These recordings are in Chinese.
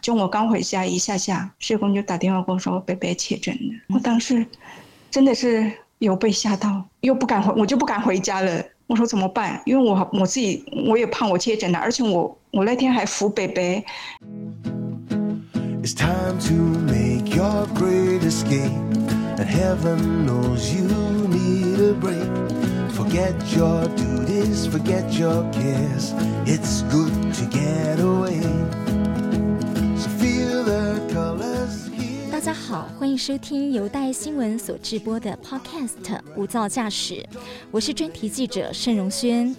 就我刚回家一下下，社工就打电话跟我说我贝贝确诊了，我当时真的是有被吓到，又不敢回，我就不敢回家了。我说怎么办？因为我我自己我也怕我确诊了，啊而且我我那天还扶北北。 It's time to make your great escape. And heaven knows you need a break. Forget your duties, forget your cares. It's good to get away. So feel the colors 大 here. 家好，欢迎收听由大爱新闻所制播的 Podcast《无噪驾驶》，我是专题记者盛荣轩。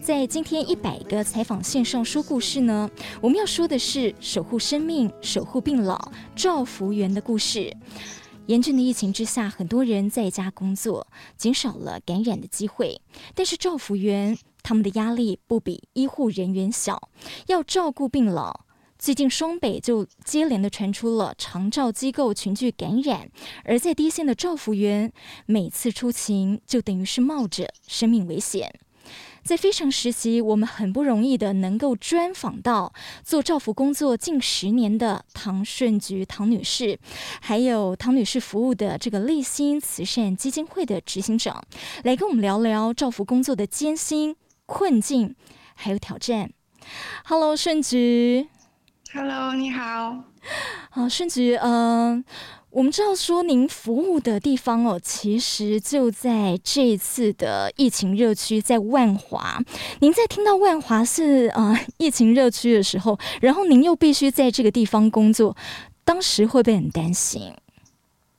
在今天一百个采访线上说故事呢，我们要说的是守护生命、守护病老赵福源的故事。严峻的疫情之下，很多人在家工作，减少了感染的机会。但是赵福源他们的压力不比医护人员小，要照顾病老。最近双北就接连的传出了长照机构群聚感染，而在第一线的照服员每次出勤就等于是冒着生命危险。在非常时期，我们很不容易的能够专访到做照服工作近十年的唐顺菊唐女士，还有唐女士服务的这个立新慈善基金会的执行长，来跟我们聊聊照服工作的艰辛、困境，还有挑战。Hello，顺菊。 Hello，你好。好，啊顺菊，嗯、我们知道说您服务的地方哦，其实就在这一次的疫情热区，在万华。您在听到万华是呃疫情热区的时候，然后您又必须在这个地方工作，当时会不会很担心？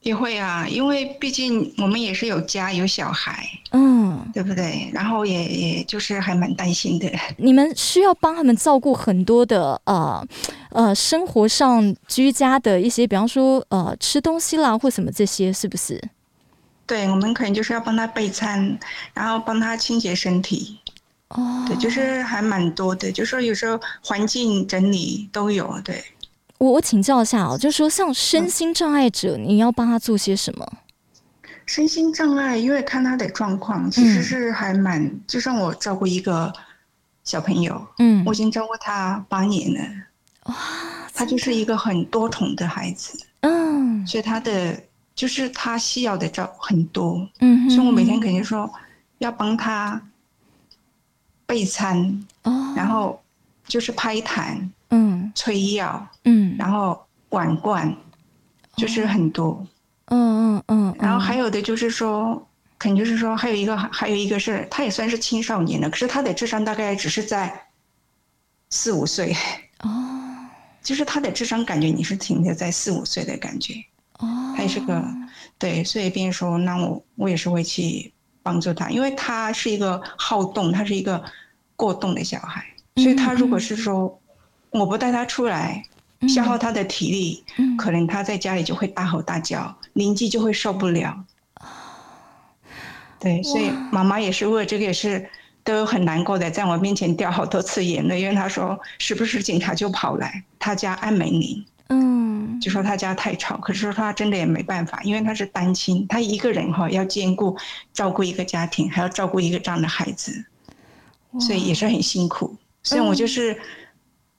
也会啊，因为毕竟我们也是有家有小孩，嗯，对不对？然后也也就是还蛮担心的。你们需要帮他们照顾很多的呃呃生活上居家的一些，比方说呃吃东西啦或什么这些，是不是？对，我们可能就是要帮他备餐，然后帮他清洁身体，哦对，就是还蛮多的。就说有时候环境整理都有，对。我我请教一下哦，嗯就是说像身心障碍者，你要帮他做些什么？身心障碍，因为看他的状况，其嗯实是还蛮，就像我照顾一个小朋友，嗯我已经照顾他八年了，哇，他就是一个很多重的孩子，嗯所以他的就是他需要的照顾很多，嗯哼，所以我每天肯定说要帮他备餐，哦，然后就是拍痰、嗯吹药，嗯然后碗罐，就是很多。嗯嗯哦嗯，然后还有的就是说，可能就是说，还有一个还有一个是，他也算是青少年了，可是他的智商大概只是在四五岁，哦就是他的智商感觉你是停留在四五岁的感觉，哦，他也是个对，所以变成说，那我我也是会去帮助他，因为他是一个好动，他是一个过动的小孩，所以他如嗯果是说我不带他出来，消耗他的体力，嗯可能他在家里就会大吼大叫，邻居就会受不了。对，所以妈妈也是为了这个也是都很难过的，在我面前掉好多次眼泪，因为她说时不时警察就跑来她家按门铃，嗯就说她家太吵，可是说她真的也没办法，因为她是单亲，她一个人哈、要兼顾照顾一个家庭，还要照顾一个这样的孩子，所以也是很辛苦。所以我就是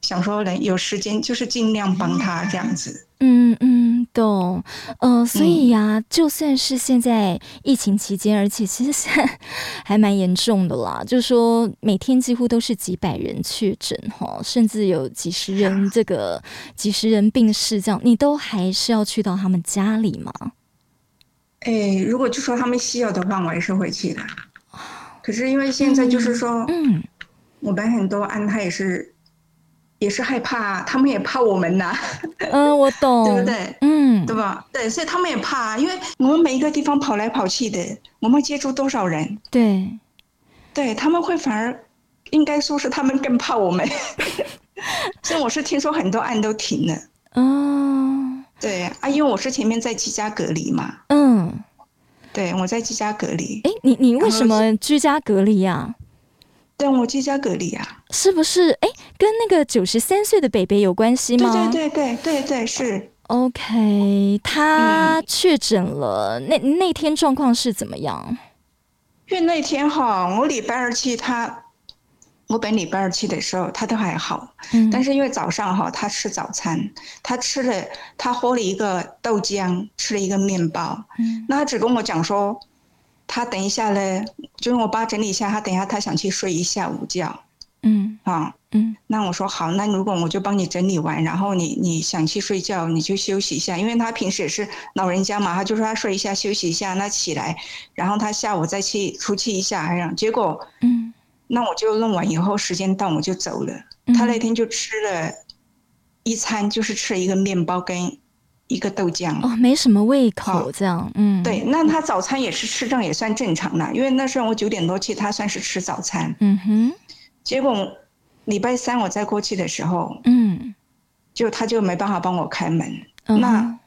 想说，能有时间就是尽量帮她这样子。嗯嗯，懂。呃，嗯所以呀、就算是现在疫情期间，而且其实现在 还蛮严重的啦，就是说每天几乎都是几百人确诊哈，甚至有几十啊人这个几十人病逝这样，你都还是要去到他们家里嘛？哎，如果就说他们需要的话，我也是会去的。可是因为现在就是说，啊嗯，我们很多安泰也是，也是害怕，他们也怕我们呐、呃，我懂， 对不对？嗯，对吧？对，所以他们也怕，因为我们每一个地方跑来跑去的，我们接触多少人，对，对他们会反而应该说是他们更怕我们。 所以我是听说很多案都停了，哦，对啊，因为我是前面在居家隔离嘛，嗯，对我在居家隔离，哎，你你为然后什么居家隔离呀、对我居家隔离啊，是不是哎，诶跟那个九十三岁的北北有关系对吗？对对对对对是。 OK，他嗯确诊了，那那天状况是怎么样？因为那天哈，我礼拜二去他，我本礼拜二去的时候，他都还好，嗯但是因为早上哈，他吃早餐，他吃了他喝了一个豆浆，吃了一个面包，嗯那他只跟我讲说，他等一下嘞，就是我帮他整理一下，他等一下他想去睡一下午觉嗯啊。嗯那我说好，那如果我就帮你整理完，然后你你想去睡觉，你就休息一下，因为他平时也是老人家嘛，他就说他睡一下休息一下，那起来，然后他下午再去出去一下，还让结果嗯，那我就弄完以后时间到我就走了，嗯他那天就吃了一餐，就是吃了一个面包跟一个豆浆。哦没什么胃口这样，嗯对，那他早餐也是吃这样也算正常的，因为那时候我九点多去，他算是吃早餐。嗯哼结果礼拜三我再过去的时候，嗯就他就没办法帮我开门，嗯那哼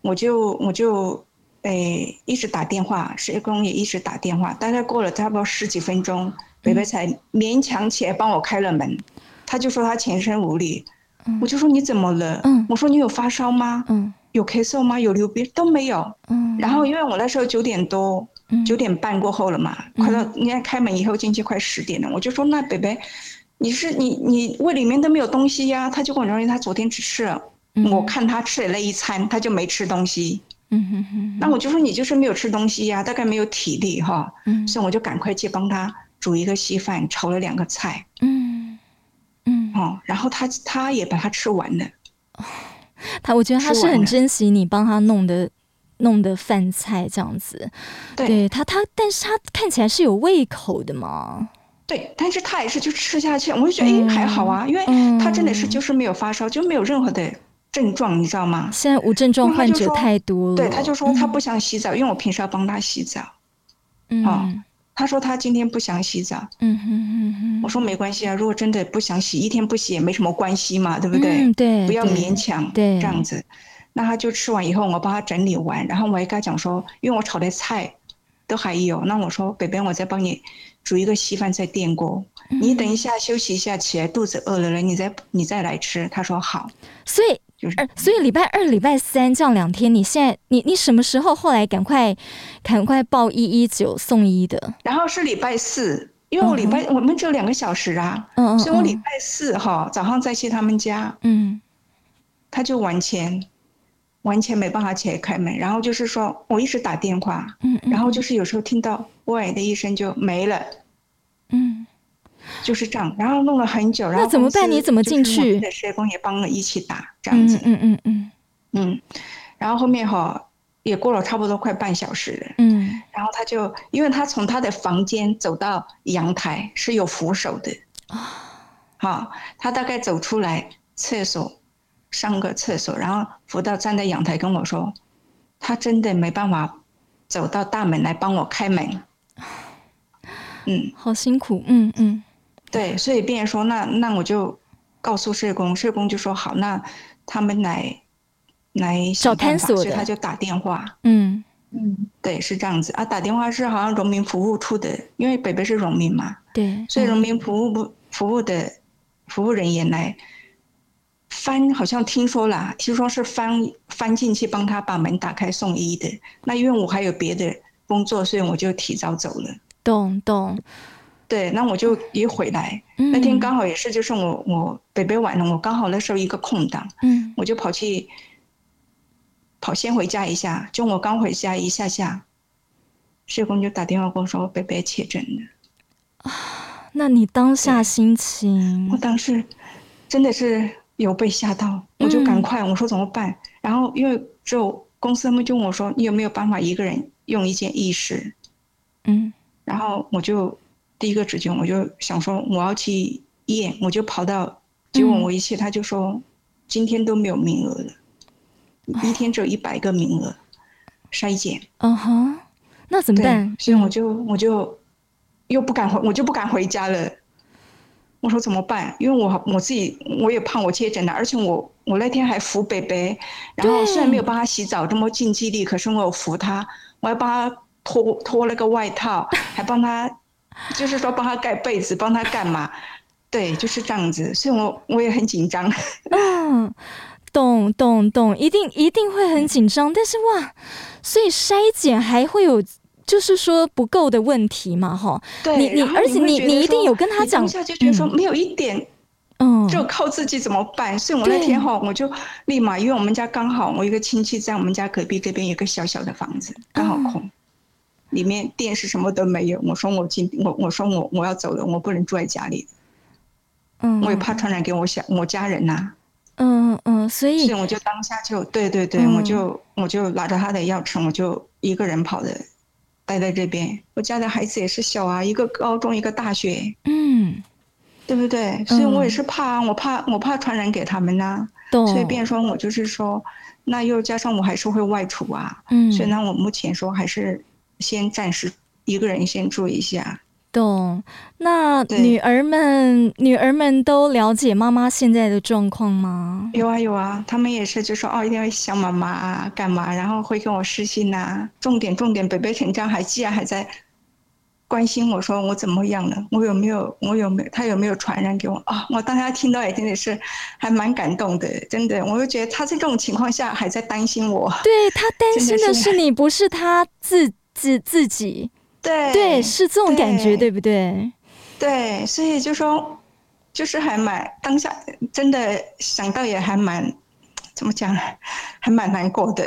我就我就诶、一直打电话，社工也一直打电话，大概过了差不多十几分钟，北嗯北才勉强起来帮我开了门。他就说他全身无力，嗯我就说你怎么了？嗯我说你有发烧吗？嗯有咳嗽吗？有流鼻都没有。嗯，然后因为我那时候九点多，嗯九点半过后了嘛，快到人家开门以后进去快十点了，我就说那北北，你是你你胃里面都没有东西呀、他就跟我说他昨天只吃了，嗯我看他吃的那一餐他就没吃东西，嗯哼哼那我就说你就是没有吃东西呀、大概没有体力哈，嗯所以我就赶快去帮他煮一个稀饭，炒了两个菜嗯嗯，哦，然后他他也把它吃完了，他我觉得他吃是完很了珍惜你帮他弄的弄的饭菜这样子，对他他，但是他看起来是有胃口的嘛，对，但是他也是就吃下去，我就觉得哎、嗯还好啊，因为嗯他真的是就是没有发烧，就没有任何的症状，你知道吗？现在无症状因为患他就者说太多了，对，他就说他不想洗澡，因为我平时要帮他洗澡。嗯啊嗯他说他今天不想洗澡，嗯哼嗯哼，我说没关系啊，如果真的不想洗，一天不洗也没什么关系嘛，对不对？嗯对，不要对勉强，对这样子。那他就吃完以后，我帮他整理完，然后我还跟他讲说，因为我炒的菜都还有，那我说北边我再帮你煮一个稀饭在电锅，嗯你等一下休息一下，起来肚子饿了了，你再你再来吃。他说好，所以就是呃，所以礼拜二、礼拜三这样两天，你现在你你什么时候后来赶快赶快报一一九送医的？然后是礼拜四，因为我礼拜、我们只有两个小时啊，嗯嗯，所以我礼嗯拜四哈早上再去他们家，嗯他就完全完全没办法起来开门，然后就是说我一直打电话，嗯，嗯然后就是有时候听到喂的一声就没了，嗯就是这样，然后弄了很久，然后怎么办公司你怎么进就是我去们的社工也帮了一起打这样嗯子嗯，嗯嗯嗯嗯然后后面哈也过了差不多快半小时了。嗯，然后他就，因为他从他的房间走到阳台是有扶手的，啊，他大概走出来厕所，上个厕所，然后扶到站在阳台跟我说，他真的没办法走到大门来帮我开门，嗯，好辛苦，嗯嗯对，所以病人说那那我就告诉社工，社工就说好，那他们来来找想看办法守所以的他就打电话，嗯嗯，对，是这样子啊。打电话是好像农民服务处的，因为北北是农民嘛，对，所以嗯农民服务部服务的服务人员来翻，好像听说啦，听说是翻翻进去帮他把门打开送医的。那因为我还有别的工作，所以我就提早走了。懂懂，嗯对，那我就也回来。那那天刚好也是，就是我我北北晚了，我刚好那时候一个空档，嗯我就跑去跑先回家一下，就我刚回家一下下，社工就打电话跟我说北北确诊了。那你当下心我情，当时真的是有被吓到，我就赶快我说怎么办？然后因为只有公司他们就问我说你有没有办法一个人用一件意识？嗯然后我就第一个直觉我就想说我要去医院，我就跑到，结果嗯我一去他就说今天都没有名额了，一天只有一百个名额筛检。嗯哼，那怎么对办，？所以我就我就又不敢回，我就不敢回家了。我说怎么办？因为我我自己我也怕我确诊了，而且我我那天还扶北北，然后虽然没有帮他洗澡这么尽尽力，可是我有扶他，我还帮他脱脱了个外套，还帮他就是说帮他盖被子，帮他干嘛？对，就是这样子。所以我我也很紧张。 嗯， 懂懂懂，一定一定会很紧张，但是哇，所以筛检还会有就是说不够的问题嘛，哈。对，你你，然后而且会你觉得你一定说有跟他你讲当，下就觉得说没有一点嗯，就靠自己怎么办？所以我那天哈，我就立马，因为我们家刚好我一个亲戚在我们家隔壁这边有个小小的房子，啊刚好空，里面电视什么都没有。我说我今我我说我我要走了，我不能住在家里，嗯，我也怕传染给我小我家人呐、嗯嗯，所以所以我就当下就对对对，嗯我就我就拿着他的药匙，我就一个人跑的。待在这边，我家的孩子也是小啊，一个高中，一个大学，嗯，对不对？所以我也嗯是怕啊，我怕我怕传染给他们呐、懂，所以变成我就是说，那又加上我还是会外出啊，嗯，所以呢，我目前说还是先暂时一个人先住一下。懂。那对女儿们，女儿们都了解妈妈现在的状况吗？有啊有啊，他们也是就说哦，一定要想妈妈啊，干嘛，然后会跟我私信呐、重点重点，北北成这样还既然还在。关心我说我怎么样了，我有没有我有没有他有没有传染给我啊、我当他听到也真的是还蛮感动的，真的，我就觉得他在这种情况下还在担心我， 对她担真心的的是是你，不是她自自自己，对对，是这种感对觉，对不对？对，所以就说，就是还蛮当下，真的想到也还蛮，怎么讲，还蛮难过的。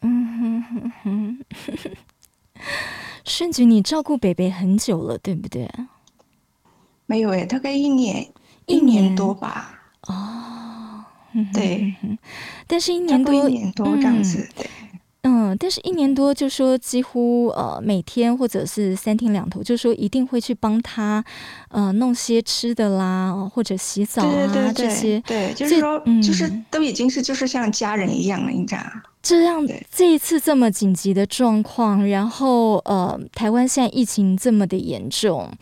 嗯哼哼哼， 顺菊，你照顾北北很久了，对不对？没有诶，大概一年，一一年年多吧。嗯对，但是一差年不嗯多，多一年多这样子。对，嗯，但是一年多就说几乎呃每天或者是三天两头，就说一定会去帮他呃弄些吃的啦，哦或者洗澡啊对对这对对些，对，就这是说，就是嗯都已经是就是像家人一样了，你知道。这样对这一次这么紧急的状况，然后呃台湾现在疫情这么的严重，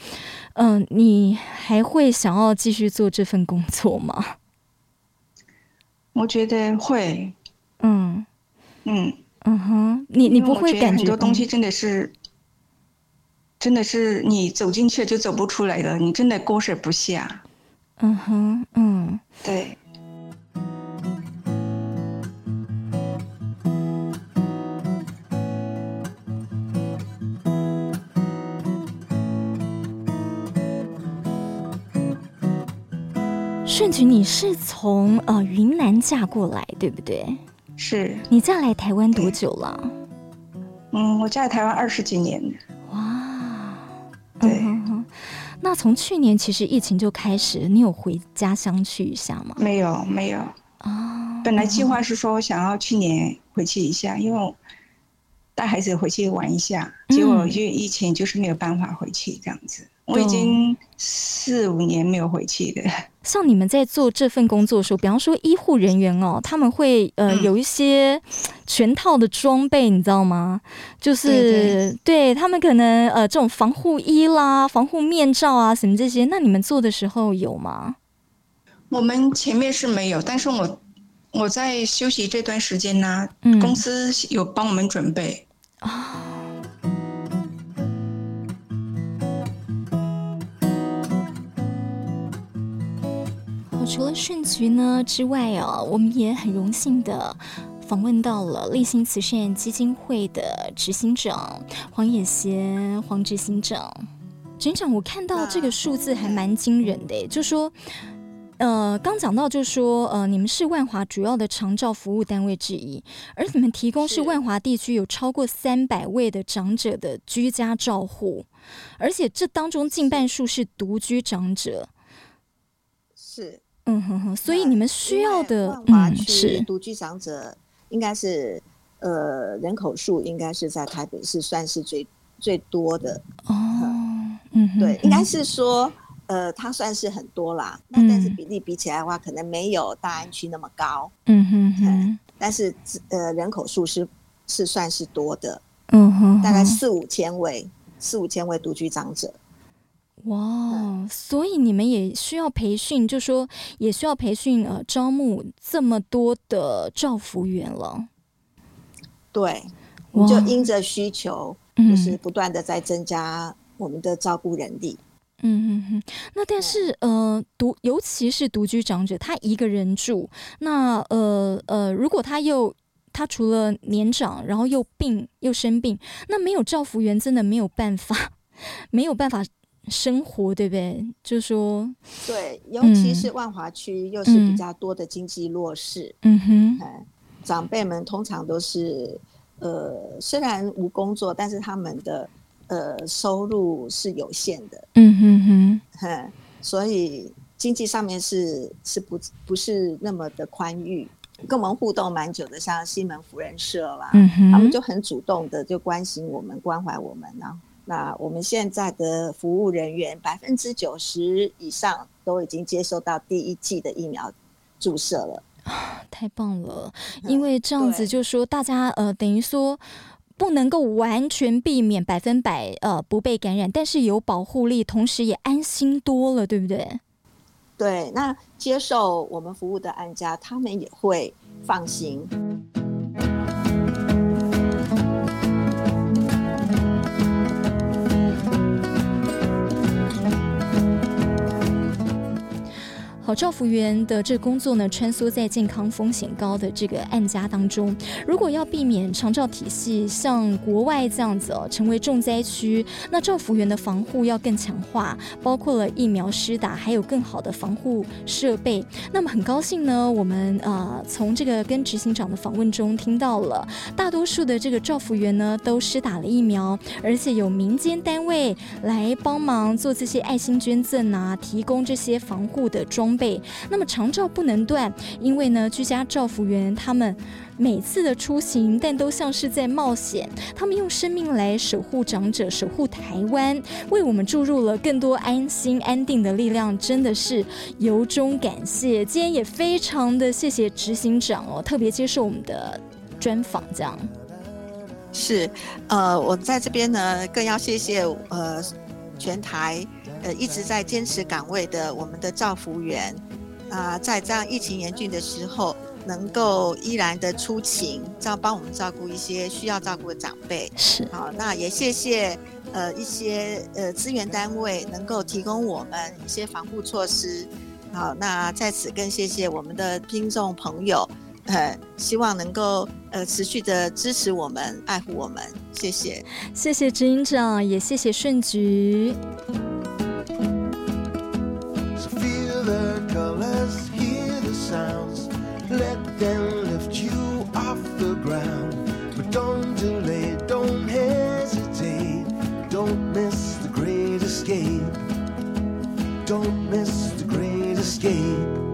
嗯、你还会想要继续做这份工作吗？我觉得会，嗯嗯，嗯哼，你你因为不我会觉得感很觉多到东西真的是，真的是你走进去就走不出来了，你真的割舍不下。嗯哼嗯。对。顺菊，你是从呃云南嫁过来，对不对？是，你嫁来台湾多久了？嗯，我在台湾二十几年了，哇，对嗯哼哼那从去年其实疫情就开始，你有回家乡去一下吗？没有没有。啊、本来计划是说想要去年回去一下，因为我带孩子回去玩一下，结果嗯因为疫情就是没有办法回去这样子。我已懂经四五年没有回去了，像你们在做这份工作的时候，比方说医护人员哦，他们会呃、嗯有一些全套的装备，你知道吗？就是对他们可能呃这种防护衣啦、防护面罩啊什么这些，那你们做的时候有吗？我们前面是没有，但是我我在休息这段时间呢、嗯公司有帮我们准备。好，呃除了顺菊呢之外啊，我们也很荣幸的访问到了立新慈善基金会的执行长黄野贤黄执行长。执行长，我看到这个数字还蛮惊人的耶，就说。呃，刚讲到就说，呃，你们是万华主要的长照服务单位之一，而你们提供是是万华地区有超过三百位的长者的居家照护，而且这当中近半数是独居长者。是，嗯哼哼，所以那你们需因要为的万，华嗯，区是，独居长者应该是呃人口数应该是在台北市算是最最多的，哦，嗯哼，对，应该嗯是说呃它算是很多啦，那但是嗯比例比起来的话，可能没有大安区那么高，嗯哼哼，但是呃人口数是是算是多的，嗯哼，大概哼四五千位。四五千位独居长者，哇哦，所以你们也需要培训，就说也需要培训呃，招募这么多的照服员了，对，我哇们就因着需求，嗯就是不断的在增加我们的照顾人力。嗯哼哼，那但是呃，独尤其是独居长者，他一个人住，那呃呃，如果他又他除了年长，然后又病又生病，那没有照服员真的没有办法， 没有办法生活，对不对？就说，对，尤其是万华区又是比较多的经济弱势，嗯哼，嗯，长辈们通常都是呃，虽然无工作，但是他们的呃收入是有限的，嗯哼哼，哼，所以经济上面是是不不是那么的宽裕。跟我们互动蛮久的，像西门福人社啦，嗯哼，他们就很主动的就关心我们、关怀我们呢、那我们现在的服务人员百分之九十以上都已经接受到第一季的疫苗注射了。太棒了，嗯因为这样子对就说大家呃，等于说不能够完全避免百分百呃不被感染，但是有保护力，同时也安心多了，对不对？对，那接受我们服务的安家，他们也会放心。好，照服员的这工作呢，穿梭在健康风险高的这个案家当中。如果要避免长照体系像国外这样子哦，成为重灾区，那照服员的防护要更强化，包括了疫苗施打，还有更好的防护设备。那么很高兴呢，我们呃从这个跟执行长的访问中听到了，大多数的这个照服员呢都施打了疫苗，而且有民间单位来帮忙做这些爱心捐赠啊，提供这些防护的装备。那么长照不能断，因为呢居家照服员他们。每次的出行，但都像是在冒险。他们用生命来守护长者，守护台湾，为我们注入了更多安心、安定的力量，真的是由衷感谢。今天也非常的谢谢执行长哦，特别接受我们的专访，这样。是，呃，我在这边呢，更要谢谢呃全台呃一直在坚持岗位的我们的照服员，啊、在这样疫情严峻的时候，能够依然的出勤，这样帮我们照顾一些需要照顾的长辈。是，好，那也谢谢呃一些呃资源单位能够提供我们一些防护措施。好，那在此更谢谢我们的听众朋友，呃，希望能够呃持续的支持我们，爱护我们，谢谢。谢谢执行长，也谢谢顺局。 So feel the colors, hear the sounds. Let them lift you off the ground. But don't delay, don't hesitate. Don't miss the great escape. Don't miss the great escape.